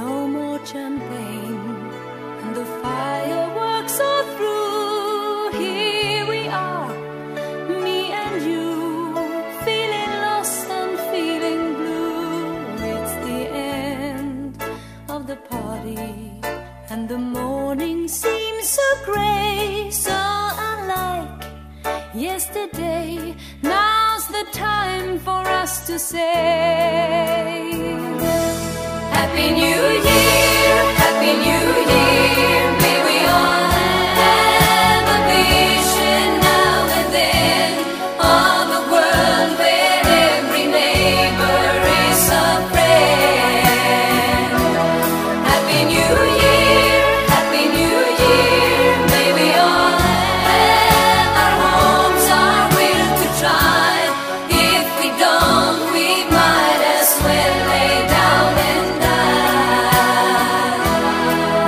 No more champagne, and the fireworks are through. Here we are, me and you, feeling lost and feeling blue. It's the end of the party, and the morning seems so grey, so unlike yesterday. Now's the time for us to say. Happy New Year, Happy New Year. May we all have a vision now and then of a world where every neighbor is a friend. Happy New Year, Happy New Year. May we all have our homes, our will to try. If we don't, we might as well lay down and die.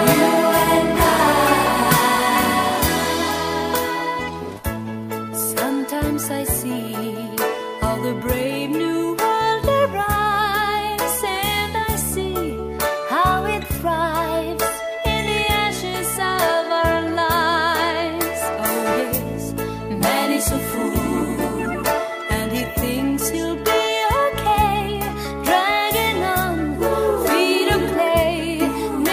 You and I. Sometimes I see how the brave new world arrives, and I see how it thrives in the ashes of our lives. Oh yes, man is a fool, and he thinks he'll be okay. Dragging on, free to play,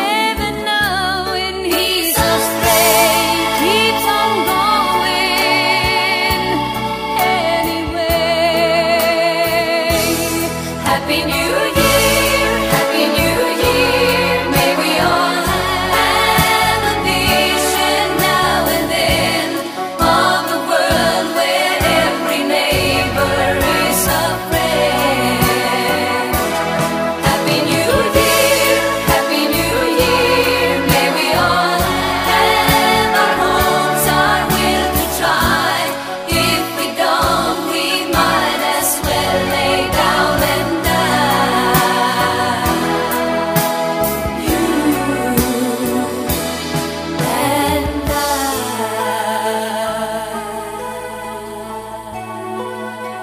never knowing he's astray. Keeps on going anyway. Happy New Year, Happy New Year. May we all have a vision now and then of a world where every neighbor is a friend. Happy New Year, Happy New Year. May we all have our homes, our will to try. If we don't, we might as well lay down and die.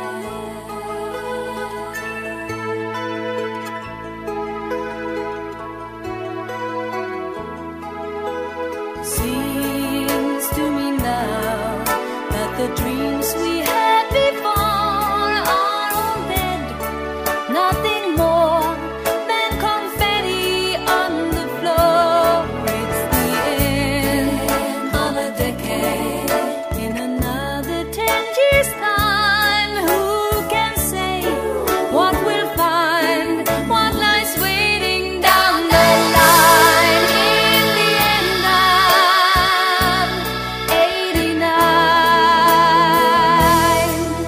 You and I. Seems to me now that the dreams we had before are all dead. Nothing more than confetti on the floor. It's the end of a decade. In another ten years' time, who can say what we'll find? What lies waiting down the line? In the end, I'm 89.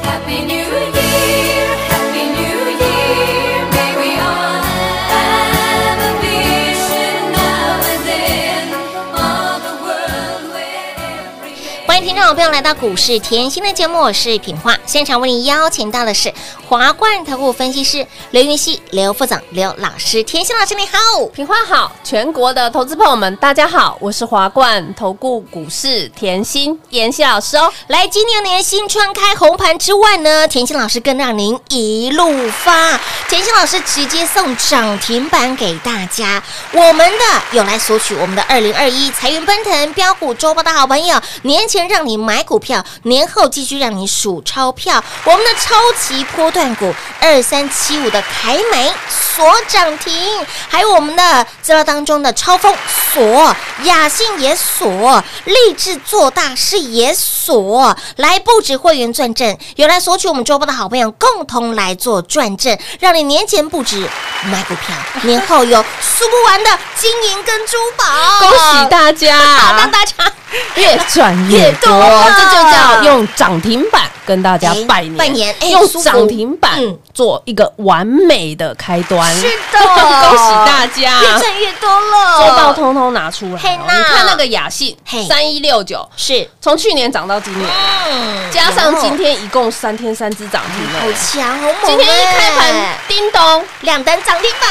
Happy New Year, Happy New Year. May we all have a vision now and then of a world where every day. 欢迎听众朋友来到股市甜心的节目，我是品化，现场为您邀请到的是华冠投顾分析师刘云熙、刘副总、刘老师，甜心老师你好。平花好，全国的投资朋友们，大家好，我是华冠投顾股市甜心妍希老师哦。来，今年年新春开红盘之外呢，甜心老师更让您一路发，甜心老师直接送涨停板给大家。我们的有来索取我们的二零二一财源奔腾标股周报的好朋友，年前让你买股票，年后继续让你数钞票。我们的超级波段股二三七五的凯美锁涨停，还有我们的资料当中的超风锁、雅信也锁、立志做大事也锁。来，不止会员转正，有来索取我们周报的好朋友，共同来做转正，让你年前不止买股票，年后有输不完的金银跟珠宝。恭喜大家，好，让大家越赚越越多多，这就叫用涨停板跟大家拜年，拜年哎用舒服涨停板嗯做一个完美的开端。是的， 恭喜大家，越赚越多了，周报通通拿出来嘿哦。呐你看那个雅信嘿三一六九，是，从去年涨到今年，嗯加上今天一共三天三只涨停好了。强，好猛哎！今天一开盘，叮咚，两单涨停板，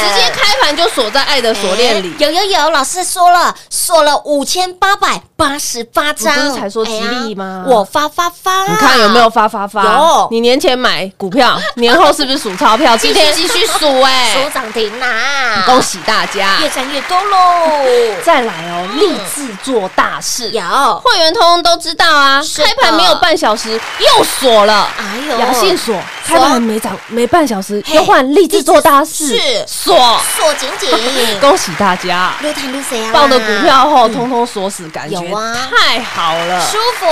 直接开盘就锁在爱的锁链里嗯哎。有有有，老师说了，锁了五千八百八十八张，你不是才说吉利哎呀吗我发发发，你看有没有？发发发？有你年前买股票，年后是不是数钞票？今天继续数哎、手涨停啦！恭喜大家！越赚越多喽！啊再来哦，立志做大事。有，会员通通都知道啊，是的开盘没有半小时又锁了。哦哎呦，雅信锁，开盘没涨没半小时嘿又换立志做大事，是锁。锁紧 紧，恭喜大家，嗯撸碳撸谁啊？报的股票后通通锁死，感觉有啊太好了。舒服，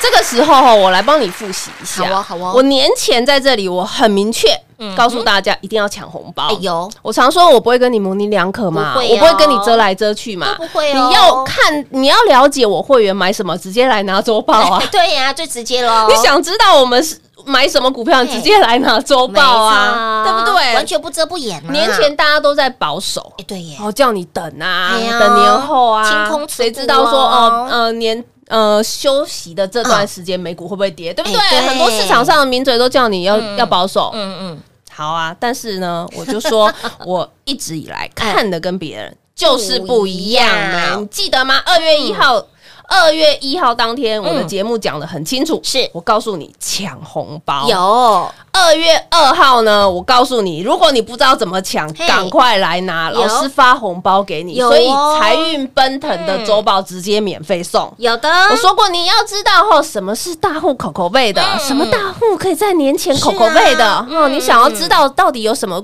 这个时候哦我来帮你复习一下。好哦好哦我年前在这里，我很明确嗯告诉大家，一定要抢红包。哎呦，我常说，我不会跟你模棱两可嘛，不会哦我不会跟你遮来遮去嘛，都不会哦你要看，你要了解我会员买什么，直接来拿周报啊 哎。对呀，最直接喽。你想知道我们是买什么股票，你对直接来拿周没报啊，对差不对？完全不遮不掩啊。年前大家都在保守。哎，对耶，哦，叫你等啊，哎呀等年后啊，清空持股谁知道说哦哦，呃年呃休息的这段时间美股会不会跌，对不对？嗯哎对很多市场上的名嘴都叫你要、要保守。嗯嗯，好啊，但是呢， 我就说我一直以来看的跟别人就是不一样不一嘛，样你记得吗？二月一嗯号。二月一号当天，我的节目讲的很清楚，嗯是我告诉你抢红包。有二月二号呢，我告诉你，如果你不知道怎么抢嘿，赶快来拿，有老师发红包给你。有哦嗯啊所以财运奔腾的周报直接免费送。有的，我说过，你要知道哦，什么是大户口口背的，嗯什么大户可以在年前口口背是的啊哦、嗯你想要知道到底有什么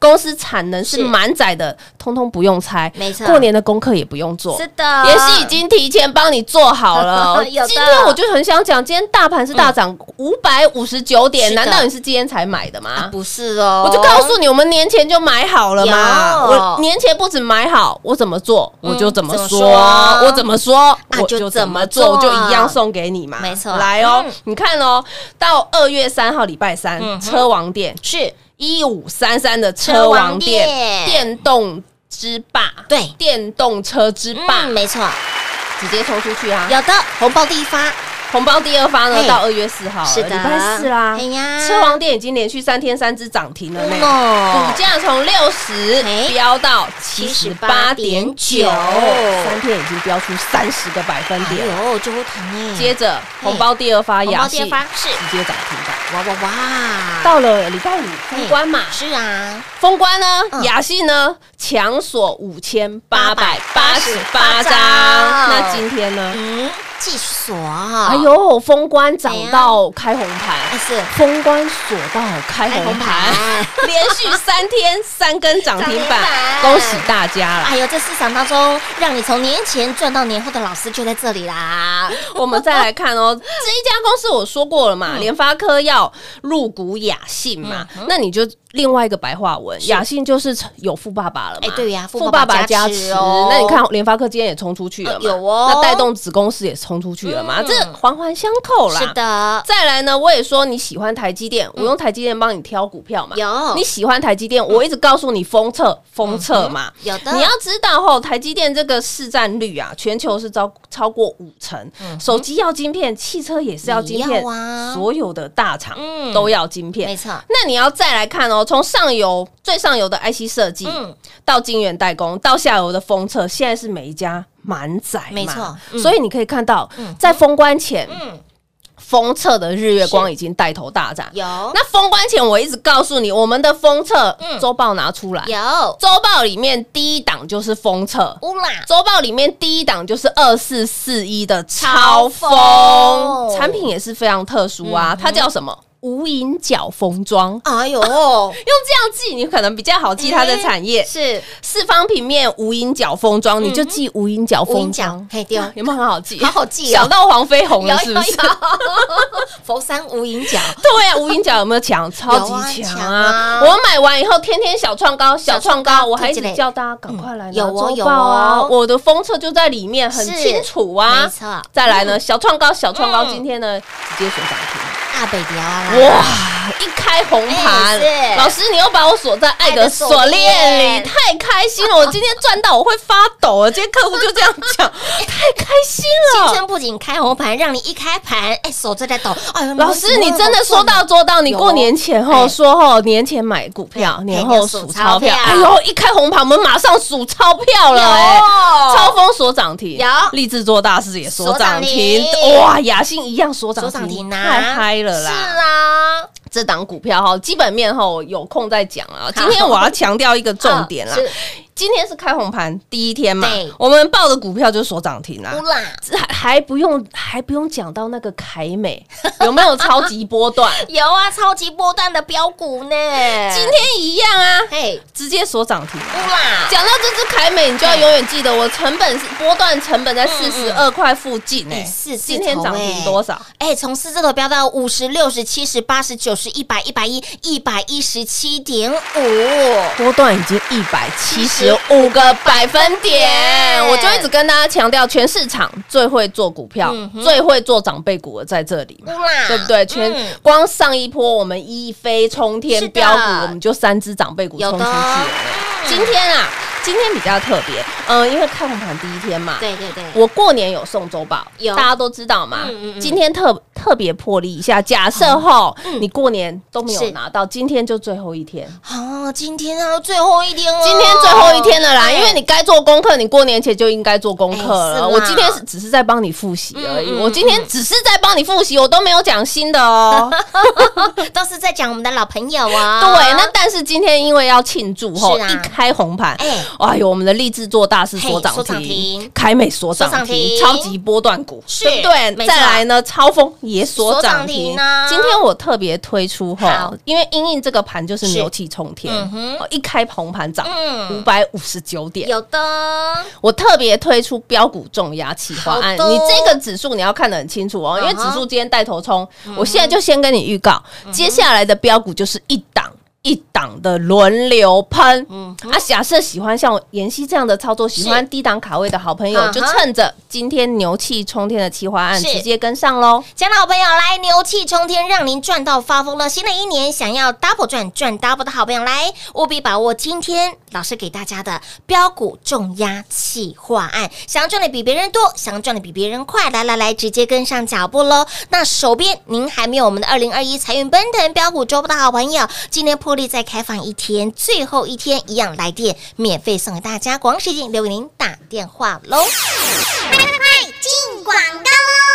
公司产能是是满载的，通通不用猜，没错过年的功课也不用做，是的，也是已经提前帮你做好了哦。 有的嗯今天我就很想讲，今天大盘是大涨五百五十九点，是的难道你是今天才买的吗？不是哦，我就告诉你，我们年前就买好了嘛。有我年前不止买好，我怎么做嗯我就怎么怎么说，说啊我怎么说那我就就怎怎么么做，我做就一样送给你嘛。没错来哦嗯，你看哦，到二月三号礼拜三嗯哼，车王店是一五三三的车王店车王店电动之霸，对电动车之霸嗯，，没错，直接冲出去啊！有的红包第一发，红包第二发呢嘿，到二月四号了，是的礼拜四啦哎。呀，哦车王店已经连续三天三只涨停了呢， no，股价从六十哎飙到七十八点78.9九，三天已经飙出三十个百分点。哎呦，就会疼哎，接着嘿红包第二发红包雅第信一发嗯是，直接涨停板。哇哇哇，到了礼拜五嘿封关嘛，是啊，封关呢，嗯雅信呢强锁五千八百八十888八张张。那今天呢？嗯，继续锁，哎哎，呦，封关涨到开红盘哎，是封关锁到开开红红盘，盘，连续三天三根涨停涨停板板，恭喜大家啦！哎呦，在市场当中，让你从年前赚到年后的老师就在这里啦。 我们再来看哦，这一家公司我说过了嗯嘛，联发科要入股雅信嘛，那你就另外一个白话文，雅信就是有富爸爸了嘛，哎对呀富富爸爸爸爸加加持持哦，那你看联发科今天也冲出去了嘛，呃有哦那带动子公司也冲出去了嘛，嗯这环环相扣啦。是的，嗯再来呢，我也说你喜欢台积电，我用台积电帮你挑股票嘛。有你喜欢台积电，我一直告诉你封测封测嘛。有的，你要知道吼，台积电这个市占率啊，全球是超超过五成。手机要晶片，汽车也是要晶你片，嗯要啊所有的大厂嗯都要晶片。没错那你要再来看哦，从上游最上游的 IC 设计，嗯到晶圆代工，到下游的封测，现在是每一家满载嘛，没错嗯所以你可以看到，在封关前，封测的日月光是已经带头大涨。有那封关前，我一直告诉你，我们的封测嗯周报拿出来，有周报里面第一档就是封测。乌啦，周报里面第一档就是二四四一的超超风嗯风产品也是非常特殊啊，它叫什么？无影脚封装，用哎 呦，这样记你可能比较好记它的产业。是四方平面无影脚封装，你就记无影脚嗯无影封脚装，，嘿丢，有没有很好 记？好好记哦 想到黄飞鸿了，是不是？有有 佛山无影脚，对啊，无影脚有没有强？超级强强啊啊！我买完以后，天天小创高，小创小创高高，我还一对之直类叫大家赶快来拿有哦周报啊有哦！我的封测就在里面，很是清楚啊没错。再来呢，小创高，小创高，嗯今天呢直接水涨停，阿北迪啊啦，哇，一开红盘，哎是老师，你又把我锁在爱的锁链爱的锁链里，太开心了！我今天赚到，我会发抖啊了。今天客户就这样 讲，太开心新了。春不仅开红盘，让你一开盘，哎，手就在抖。哎呦，老师，你真的说到中，做到。你过年前后哎说后，年前买股票，哎年后数钞票。哎哎数钞票呦，一开红盘，我们马上数钞票了，哎，有超风锁涨停，有立志做大事也锁涨停锁涨，停哇，雅信一样锁手涨涨停停，呐，太嗨了啦！是啊，这档股票哈，基本面哈我有空再讲啊。好今天我要强调一个重点啦嗯， 是今天是开红盘第一天嘛对，我们报的股票就是所涨停啦。啊乌啦，这还还不用还不用讲到那个凯美有没有超级波 段，有啊，超级波段的标股呢，今天一样啊，嘿直接所涨停。乌啦，讲到这只凯美，你就要永远记得我成本是波段成本在四十二块附近哎嗯哎，四字头今天涨停多少？哎，从四字头飙到五十六、十七、十八、十九、十一百、一百一、一百一十七点五。波段已经一百七十五个百分点，我就一直跟大家强调，全市场最会做股票、嗯哼最会做长辈股的在这里嘛，乌啦对不对？全、嗯光上一波我们一飞冲天是的标股，我们就三只长辈股有冲的出去了。今天啊，今天比较特别，嗯、因为开红盘第一天嘛，对对对，我过年有送周报有，大家都知道嘛。嗯嗯嗯今天特特别破例一下，假设哈、你过年都没有是拿到，今天就最后一天。啊，今天啊，最后一天哦，今天最后一天了啦，哎因为你该做功课，你过年前就应该做功课哎是啦了。我今天是只是在帮你复习而已，嗯嗯我今天只是在帮你复习，我都没有讲新的哦。都是在讲我们的老朋友啊。对，那但是今天因为要庆祝吼，是啊一开红盘哎，哎呦，我们的励志做大事所涨嘿所涨停停，凯美所涨所涨停，停超级波段股，是对不对？没错再来呢，超风也所所涨涨停停啊。今天我特别推出吼好，因为因应这个盘就是是牛气冲天嗯，哼哦一开红盘涨五嗯，百五十九点。有的，我特别推出标股重压企划案，好的哦你这个指数你要看得很清楚哦，因为嗯哼嗯指数今天带头冲，我现在就先跟你预告，接下来的标股就是一档。一档的轮流喷，嗯啊，假设喜欢像妍希这样的操作，喜欢低档卡位的好朋友嗯，哼就趁着今天牛气冲天的企划案，是直接跟上喽。讲老朋友来牛气冲天，让您赚到发疯了。新的一年想要 double 赚赚 double 的好朋友来，务必把握今天老师给大家的标股重压企划案。想要赚的比别人多，想要赚的比别人快，来来来，直接跟上脚步喽。那手边您还没有我们的二零二一财运奔腾标股周报的好朋友，今天破例再开放一天，最后一天一样来电免费送给大家，广时间留给您打电话喽。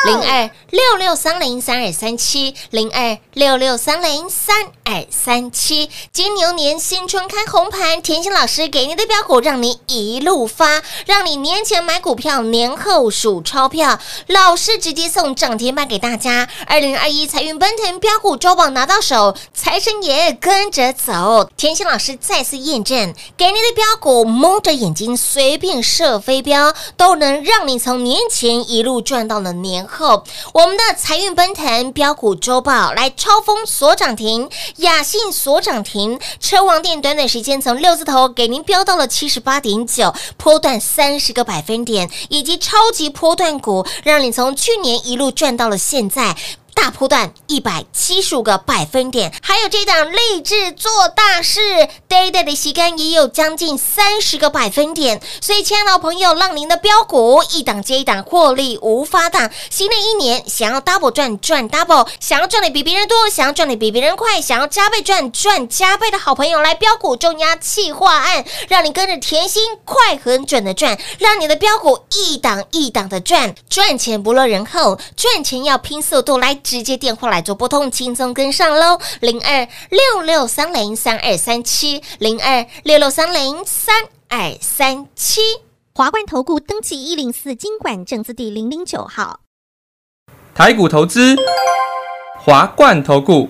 零二六六三零三二三七，零二六六三零三二三七。金牛年新春开红盘，甜心老师给您的标股，让你一路发，让你年前买股票，年后数钞票。老师直接送涨停板给大家。二零二一财运奔腾标股周榜拿到手，财神爷跟着走。甜心老师再次验证，给您的标股蒙着眼睛随便射飞镖，都能让你从年前一路赚到了年后。我们的财运奔腾标股周报来超风所涨停，雅信所涨停，车王店短短时间从六字头给您飙到了七十八点九，波段三十个百分点，以及超级波段股，让你从去年一路赚到了现在。大波段一百七十五个百分点，还有这档励志做大事，Day Day 的吸干也有将近三十个百分点。所以，亲爱的朋友，让您的标股一档接一档获利无法挡。新的一年想要 double 赚赚 double，想要赚的比别人多，想要赚的比别人快，想要加倍赚赚加倍的好朋友来标股重压企划案，让你跟着甜心快很准的赚，让你的标股一档一档的赚，赚钱不落人后，赚钱要拼速度，来直接电话来做拨通，轻松跟上喽，零二六六三零三二三七，零二六六三零三二三七。华冠投顾登记一零四经管证字第零零九号。台股投资，华冠投顾。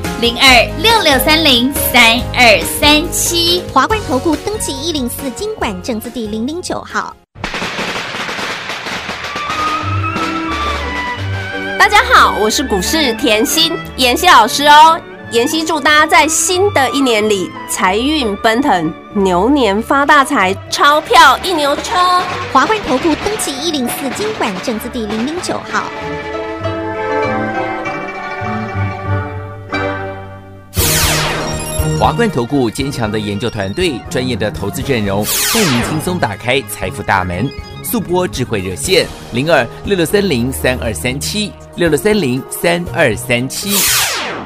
零二六六三零三二三七。华冠投顾登记一零四经管证字第零零九号。大家好，我是股市甜心妍希老师哦。妍希祝大家在新的一年里财运奔腾，牛年发大财，钞票一牛车。华冠投顾登记一零四经管证字第零零九号。华冠投顾坚强的研究团队，专业的投资阵容，带您轻松打开财富大门。速播智慧热线零二六六三零三二三七六六三零三二三七。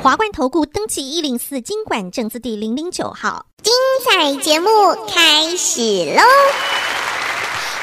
华冠投顾登记一零四经管证字第零零九号。精彩节目开始喽！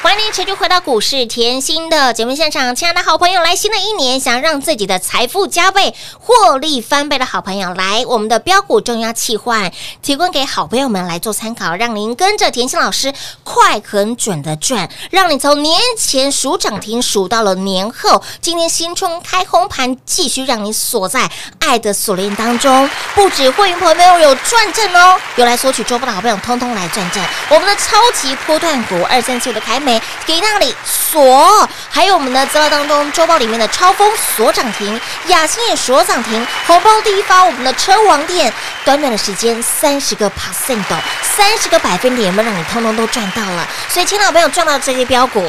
欢迎您持续回到股市甜心的节目现场，亲爱的好朋友，来新的一年想让自己的财富加倍、获利翻倍的好朋友，来我们的标股重要企换，提供给好朋友们来做参考，让您跟着甜心老师快、很准的赚，让你从年前数涨停数到了年后，今天新春开红盘，继续让你锁在爱的锁链当中。不止会员朋友们有赚正哦，有来索取周报的好朋友，通通来赚正。我们的超级波段股二三七的凯美给那里锁，还有我们的资料当中周报里面的超风锁涨停，雅欣也锁涨停，红包第一发我们的车王店，短短的时间三十个 percent，三十个百分点，有没有让你通通都赚到了？所以，亲爱的朋友，赚到这些标股。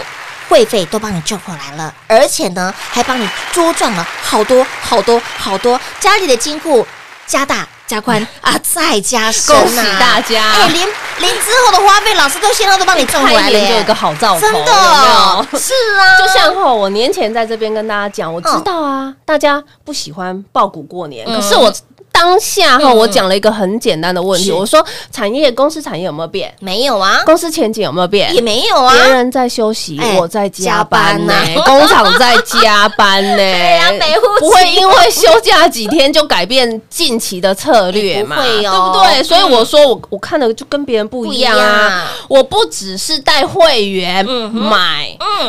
会费都帮你赚回来了，而且呢，还帮你多赚了好多好多好多，家里的金库加大加 宽啊，再加深、啊、恭喜大家哎，连连之后的花费，老师都现在都帮你赚回来开了年耶，就有个好兆头，真的有没有？是啊，就像吼，我年前在这边跟大家讲，我知道啊，大家不喜欢爆股过年，可是我当下哈，我讲了一个很简单的问题，是我说产业公司产业有没有变，没有啊，公司前景有没有变也？没有啊别，人在休息哎，我在加班呢 加班呐，工厂在加班呢，呀没呼吸不会因为休假几天就改变近期的策略嘛，哎不会对哦不对？所以我说我我看的就跟别人不一样不一样嗯啊，我不只是带会员买，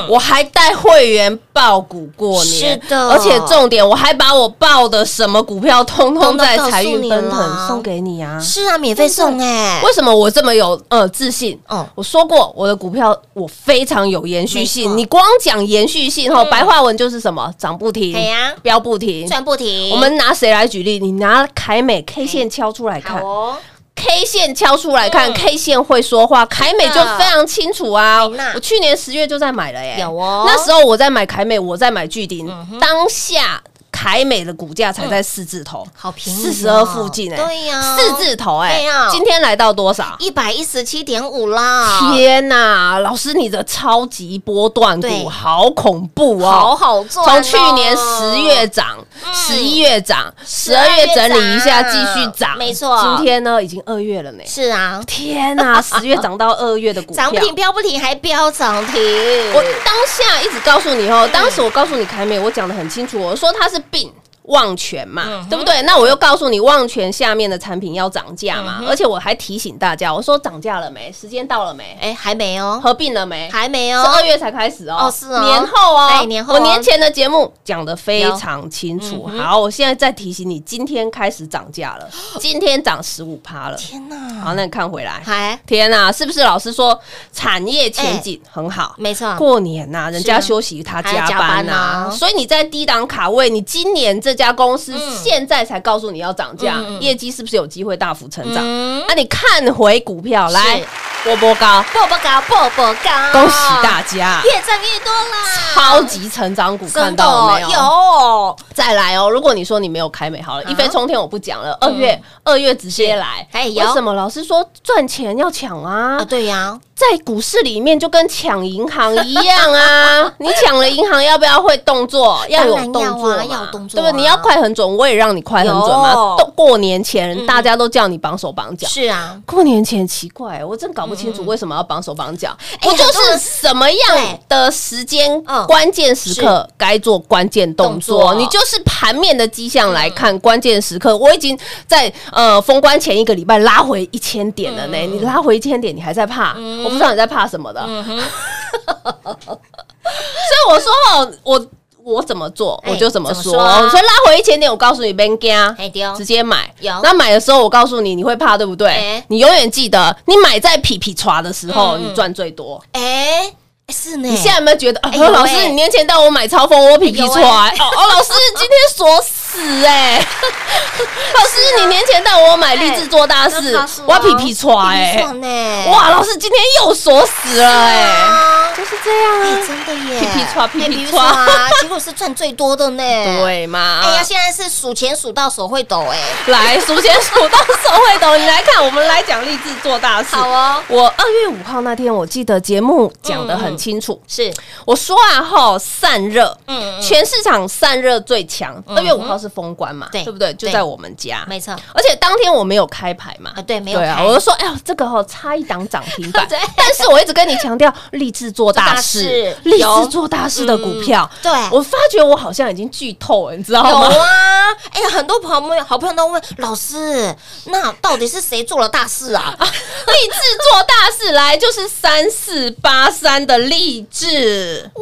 我还带会员爆股过年，是的而且重点我还把我爆的什么股票通通在财运通奔通告诉你了腾送给你啊，是啊，免费送哎、为什么我这么有呃自信？哦哦，我说过我的股票我非常有延续没错性。你光讲延续性哈，白话文就是什么涨不停哎呀，飙不停。赚不停，我们拿谁来举例？你拿凯美 K 线敲出来好看哦，嗯，K 线敲出来看，K 线会说话，凯美就非常清楚啊哎那。我去年十月就在买了耶，有哦嗯那时候我在买凯美，我在买巨鼎，当下凯美的股价才在四字头，好便宜、哦，四十二附近哎，对呀、四字头哎、对啊今天来到多少？一百一十七点五啦，天呐、老师，你的超级波段对股好恐怖好嗯哦！好赚、从去年十月。涨，十一月涨，十二月整理一下，涨继续涨。没错今天呢，已经二月了呢。是啊，天呐、十月涨到二月的股票涨不，停飙不停，还飙涨停。我当下一直告诉你嗯哦，当时我告诉你凯美，我讲的很清楚，我说它是病。旺泉嘛，嗯对不对？那我又告诉你，旺泉下面的产品要涨价嘛，嗯而且我还提醒大家，我说涨价了没？时间到了没？哎，还没哦，合并了没？还没是哦二，月才开始哦，哦是哦年后哦，哎年后哦嗯我年前的节目讲的非常清楚。好，我现在再提醒你，今天开始涨价 了，今天涨十五趴了。天哪，好，那你看回来，还天哪、是不是老师说产业前景很好？没错，过年呐、人家哎是啊休息，他还要加加班班呐、啊所以你在低档卡位，你今年这家公司嗯现在才告诉你要涨价，嗯嗯嗯业绩是不是有机会大幅成长？嗯那、你看回股票来是，波波高，步步高，步步高，恭喜大家！越赚越多啦，超级成长股，看真的到哦了没有？有，啊再来哦！如果你说你没有凯美好了，一飞冲天我不讲了。二月，二月直接来。哎嗯有为什么老师说赚钱要抢啊啊，？对呀，在股市里面就跟抢银行一 样啊！你抢了银行，要不要会动作？要有当然动作要啊嘛，要有动作啊对不对？你要快很准，我也让你快很准有嗯嘛。都过年前大家都叫你绑手绑脚，是啊，过年前奇怪，我真搞不清楚为什么要绑手绑脚。哎我就嗯很多是人什么样的时间嗯、关键时刻该做关键动动作作？嗯你就是盘面的迹象来看，关键时刻我已经在呃封关前一个礼拜拉回一千点嗯了呢。你拉回一千点，你还在怕？我嗯 不知道你在怕什么的。所以我说哦，我。我怎么做哎我就怎么说，怎么说所以拉回一千点，我告诉你 b a n g 哎丢直接买。有那买的时候，我告诉你，你会怕对不对哎？你永远记得，你买在皮皮刷的时候，嗯你赚最多。哎，是呢，你现在有没有觉得，啊哎有老哎师，你年前带我买超风，我皮皮有哎出来，哦哦， 老师今天锁死哎，老师你年前带我买励志做大事都啊哎告诉，我我要皮皮出没错来呢，哎，哇，老师今天又锁死了哎，啊，就是这样哎，真的耶，屁屁刷屁屁哎比如说啊，结果是赚最多的呢，对。 对啊嘛？哎呀，现在是数钱数到手会抖哎， 来数钱数到手会抖，你来看，我们来讲励志做大事。好哦，我二月五号那天，我记得节目讲得很清楚，嗯是，我说啊吼，散热，嗯嗯，全市场散热最强。嗯二月五号是封关嘛，对对不对？就对在我们家，没错，而且当天我没有开牌嘛啊，对，没有对啊，开，我就说，哎呦，这个哈差一档涨停 板对但是我一直跟你强调，立志做大做大事事，立有志做大事的股票，对我发觉我好像已经剧透了，你知道有吗？啊，哎呀，很多朋友好朋友都问老师，那到底是谁做了大事 啊？励志做大事来，就是三四八三的励志。哇，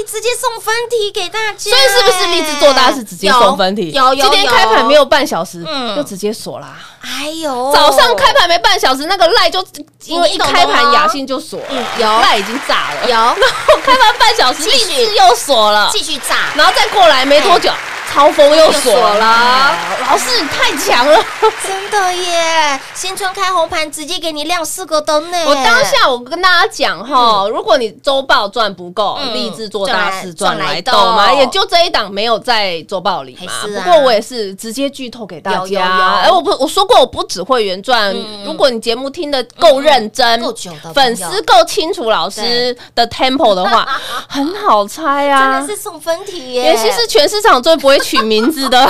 你直接送分题给大家，所所以是不是励志做大事直接送分题？有有，有今天开盘没有？半小时，嗯就直接锁啦。哎呦，早上开盘没半小时，那个赖就因为一你懂了开盘吗雅信就锁了，啊嗯有赖已经炸了。有然后开盘半小时，继励续志又锁了，继续炸，然后再过来没多久，超风又锁又锁了了。老师你太强了！真的耶！新春开红盘，直接给你亮四个灯呢。我当下我跟大家讲哈，如果你周报赚不够嗯，立志做大事赚赚来来斗斗嘛，也就这一档没有在周报里嘛还。是啊不过我也是直接剧透给大有有有家。哎，我不我说过我不只会原赚嗯，如果你节目听得够认真嗯够久的朋友，粉丝够清楚老师的 tempo 的话， 很好猜啊真的。是送分题耶，尤其是全市场最不会取名 字的。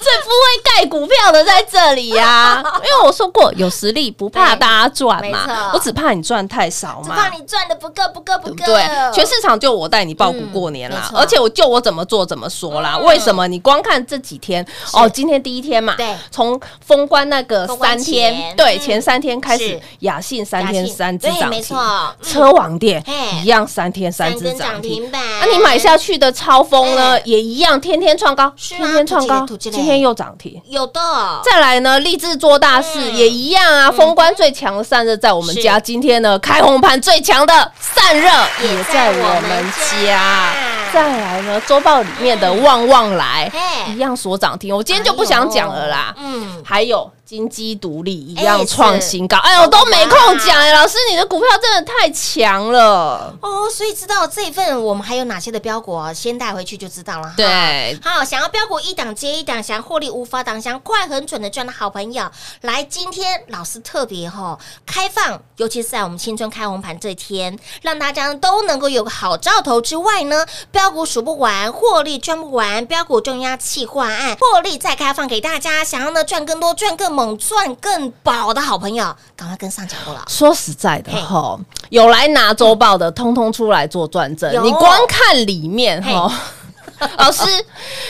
最不会盖股票的在这里 呀、因为我说过有实力不怕大家赚对没错嘛，我只怕你赚太少只嘛，怕你赚的不够，不够，不对够。不对？全市场就我带你报股过年嗯没啦，错嗯而且我就我怎么做怎么说啦。为什么你光看这几天哦？今天第一天嘛，对从封关那个封关三天前，对，嗯前三天开是始，雅信三雅天信三只对涨没停错嗯，车网店嘿一样三天三三只根涨涨停停。板，那、啊你买下去的超风呢，哎也一样，天天创高，是啊天天创高，土鸡嘞土鸡嘞今天又涨停。有的，再来呢，立志做大事、嗯也一样啊，封关最强的散热在我们家，今天呢开红盘最强的散热也也在在我我们们家哎家。再来呢，周报里面的旺旺来嘿一样所涨停，我今天就不想讲了啦。嗯，还有金鸡独立一哎样创新高，哎呦，我都没空讲哎，老师你的股票真的太强了，哦，所以知道这一份我们还有哪些的标股，哦先带回去就知道了。哈。对，好，想要标股一档接一档，想要获利无法挡，想要快很准的赚的好朋友，来，今天老师特别哈、开放，尤其是在我们青春开红盘这天，让大家都能够有个好兆头之外呢，标股数不完，获利赚不完，标股重压企划案，获利再开放给大家，想要呢赚更多、赚更猛、赚更饱的好朋友，赶快跟上脚步了。说实在的哈，有来拿周报的，通通出来做转正有。你光看里面哈， 老师，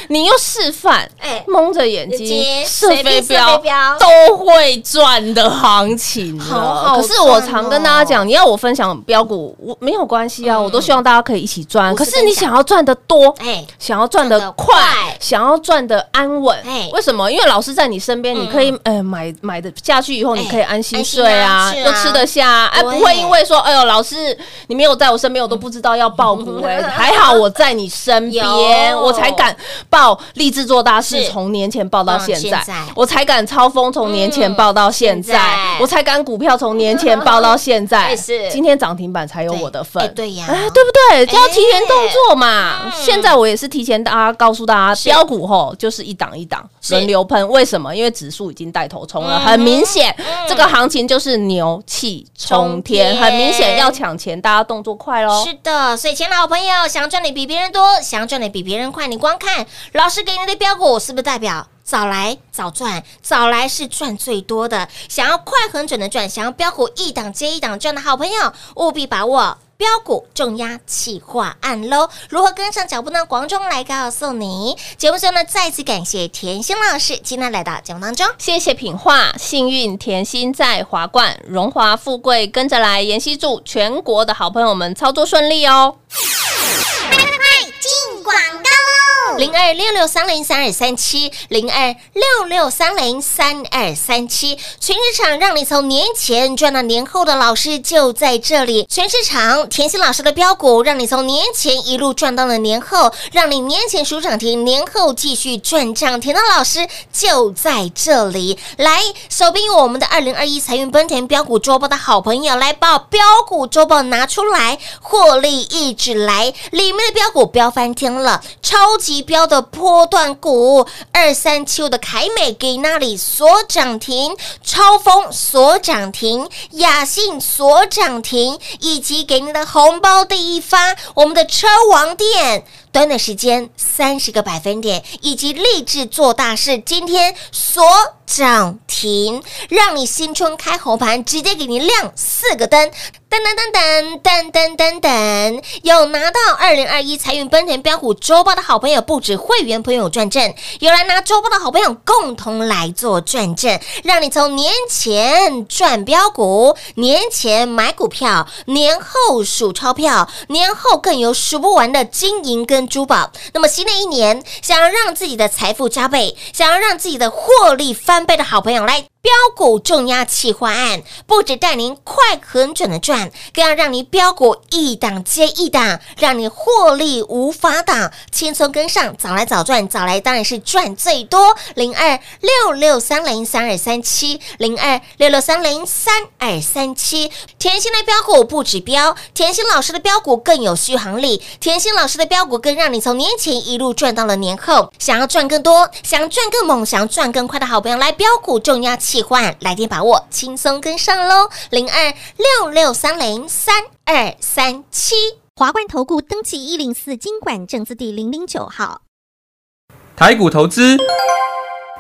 你又示范，哎蒙着眼眼睛睛随便射飞镖都会赚的行情了好好可是我赚常哦嗯跟大家讲，你要我分享标股，我没有关系啊，我都希望大家可以一起赚。我是可是分你享想要赚的多，哎，想要赚赚得的快快，想要赚的安稳哎，哦为什么？因为老师在你身边，你可以呃买买的下去以后，哎你可以安心睡啊安，心啊又吃得下啊，哎，对不会因为说哎呦老师你没有在我身边，我都不知道要 报股哎，还好我在你身边，有我才敢报立志做大事，是从年前报到嗯现在现在，嗯我才敢超风，从年前报到现现在在，我才敢股票从年前报到 现也在，是今天涨停板才有我的哎份，对呀哎，对不对？就要提前动作嘛。嗯现在我也是提前大家告诉大家，标股吼就是一档一档是轮流喷，为什么？因为指数已经带头冲了，嗯很明显，这个行情就是牛气冲天，冲天很明显要抢钱，大家动作快喽。是的，所以亲爱的好朋友，想赚的比别人多，想赚的比别人快，你光看老师给你的标股，是不是代表？早来早赚，早来是赚最多的。想要快很准的赚，想要标股一档接一档赚的好朋友，务必把握标股重压企划案喽！如何跟上脚步呢？广中来告诉你。节目最后呢，再次感谢甜心老师今天来到节目当中。谢谢品画，幸运甜心在华冠，荣华富贵跟着来。妍希祝全国的好朋友们操作顺利哦。进广告喽！零二六六三零三二三七，零二六六三零三二三七，全市场让你从年前赚到年后的老师就在这里。全市场甜心老师的标股，让你从年前一路赚到了年后，让你年前数涨停，年后继续赚涨停的老师就在这里。来，手边有我们的二零二一财运奔腾标股周报的好朋友，来把标股周报拿出来，获利一直来，里面的标股飙翻天了，超级标的波段股二三七五的凯美给那里所涨停，超风所涨停，雅信所涨停，以及给你的红包第一发，我们的车王店。短短时间三十个百分点，以及立志做大事，今天所涨停，让你新春开红盘，直接给你亮四个灯。噔噔噔噔噔噔噔噔！有拿到二零二一财运奔腾标股周报的好朋友，不止会员朋友赚证，有来拿周报的好朋友共同来做赚证，让你从年前赚标股，年前买股票，年后数钞票，年后更有数不完的金银跟珠宝。那么新的一年，想要让自己的财富加倍，想要让自己的获利翻倍的好朋友，来标股重压企划案，不止带您快很准的赚，更要让您标股一档接一档，让你获利无法挡，轻松跟上，早来早赚，早来当然是赚最多。零二六六三零三二三七，零二六六三零三二三七，甜心的标股不止标，甜心老师的标股更有续航力，甜心老师的标股更让你从年前一路赚到了年后，想要赚更多，想赚更猛，想赚更快的好朋友来标股重压企换，来电把握，轻松跟上喽，零二六六三零三二三七。华冠投顾登记一零四经管证字第零零九号，台股投资，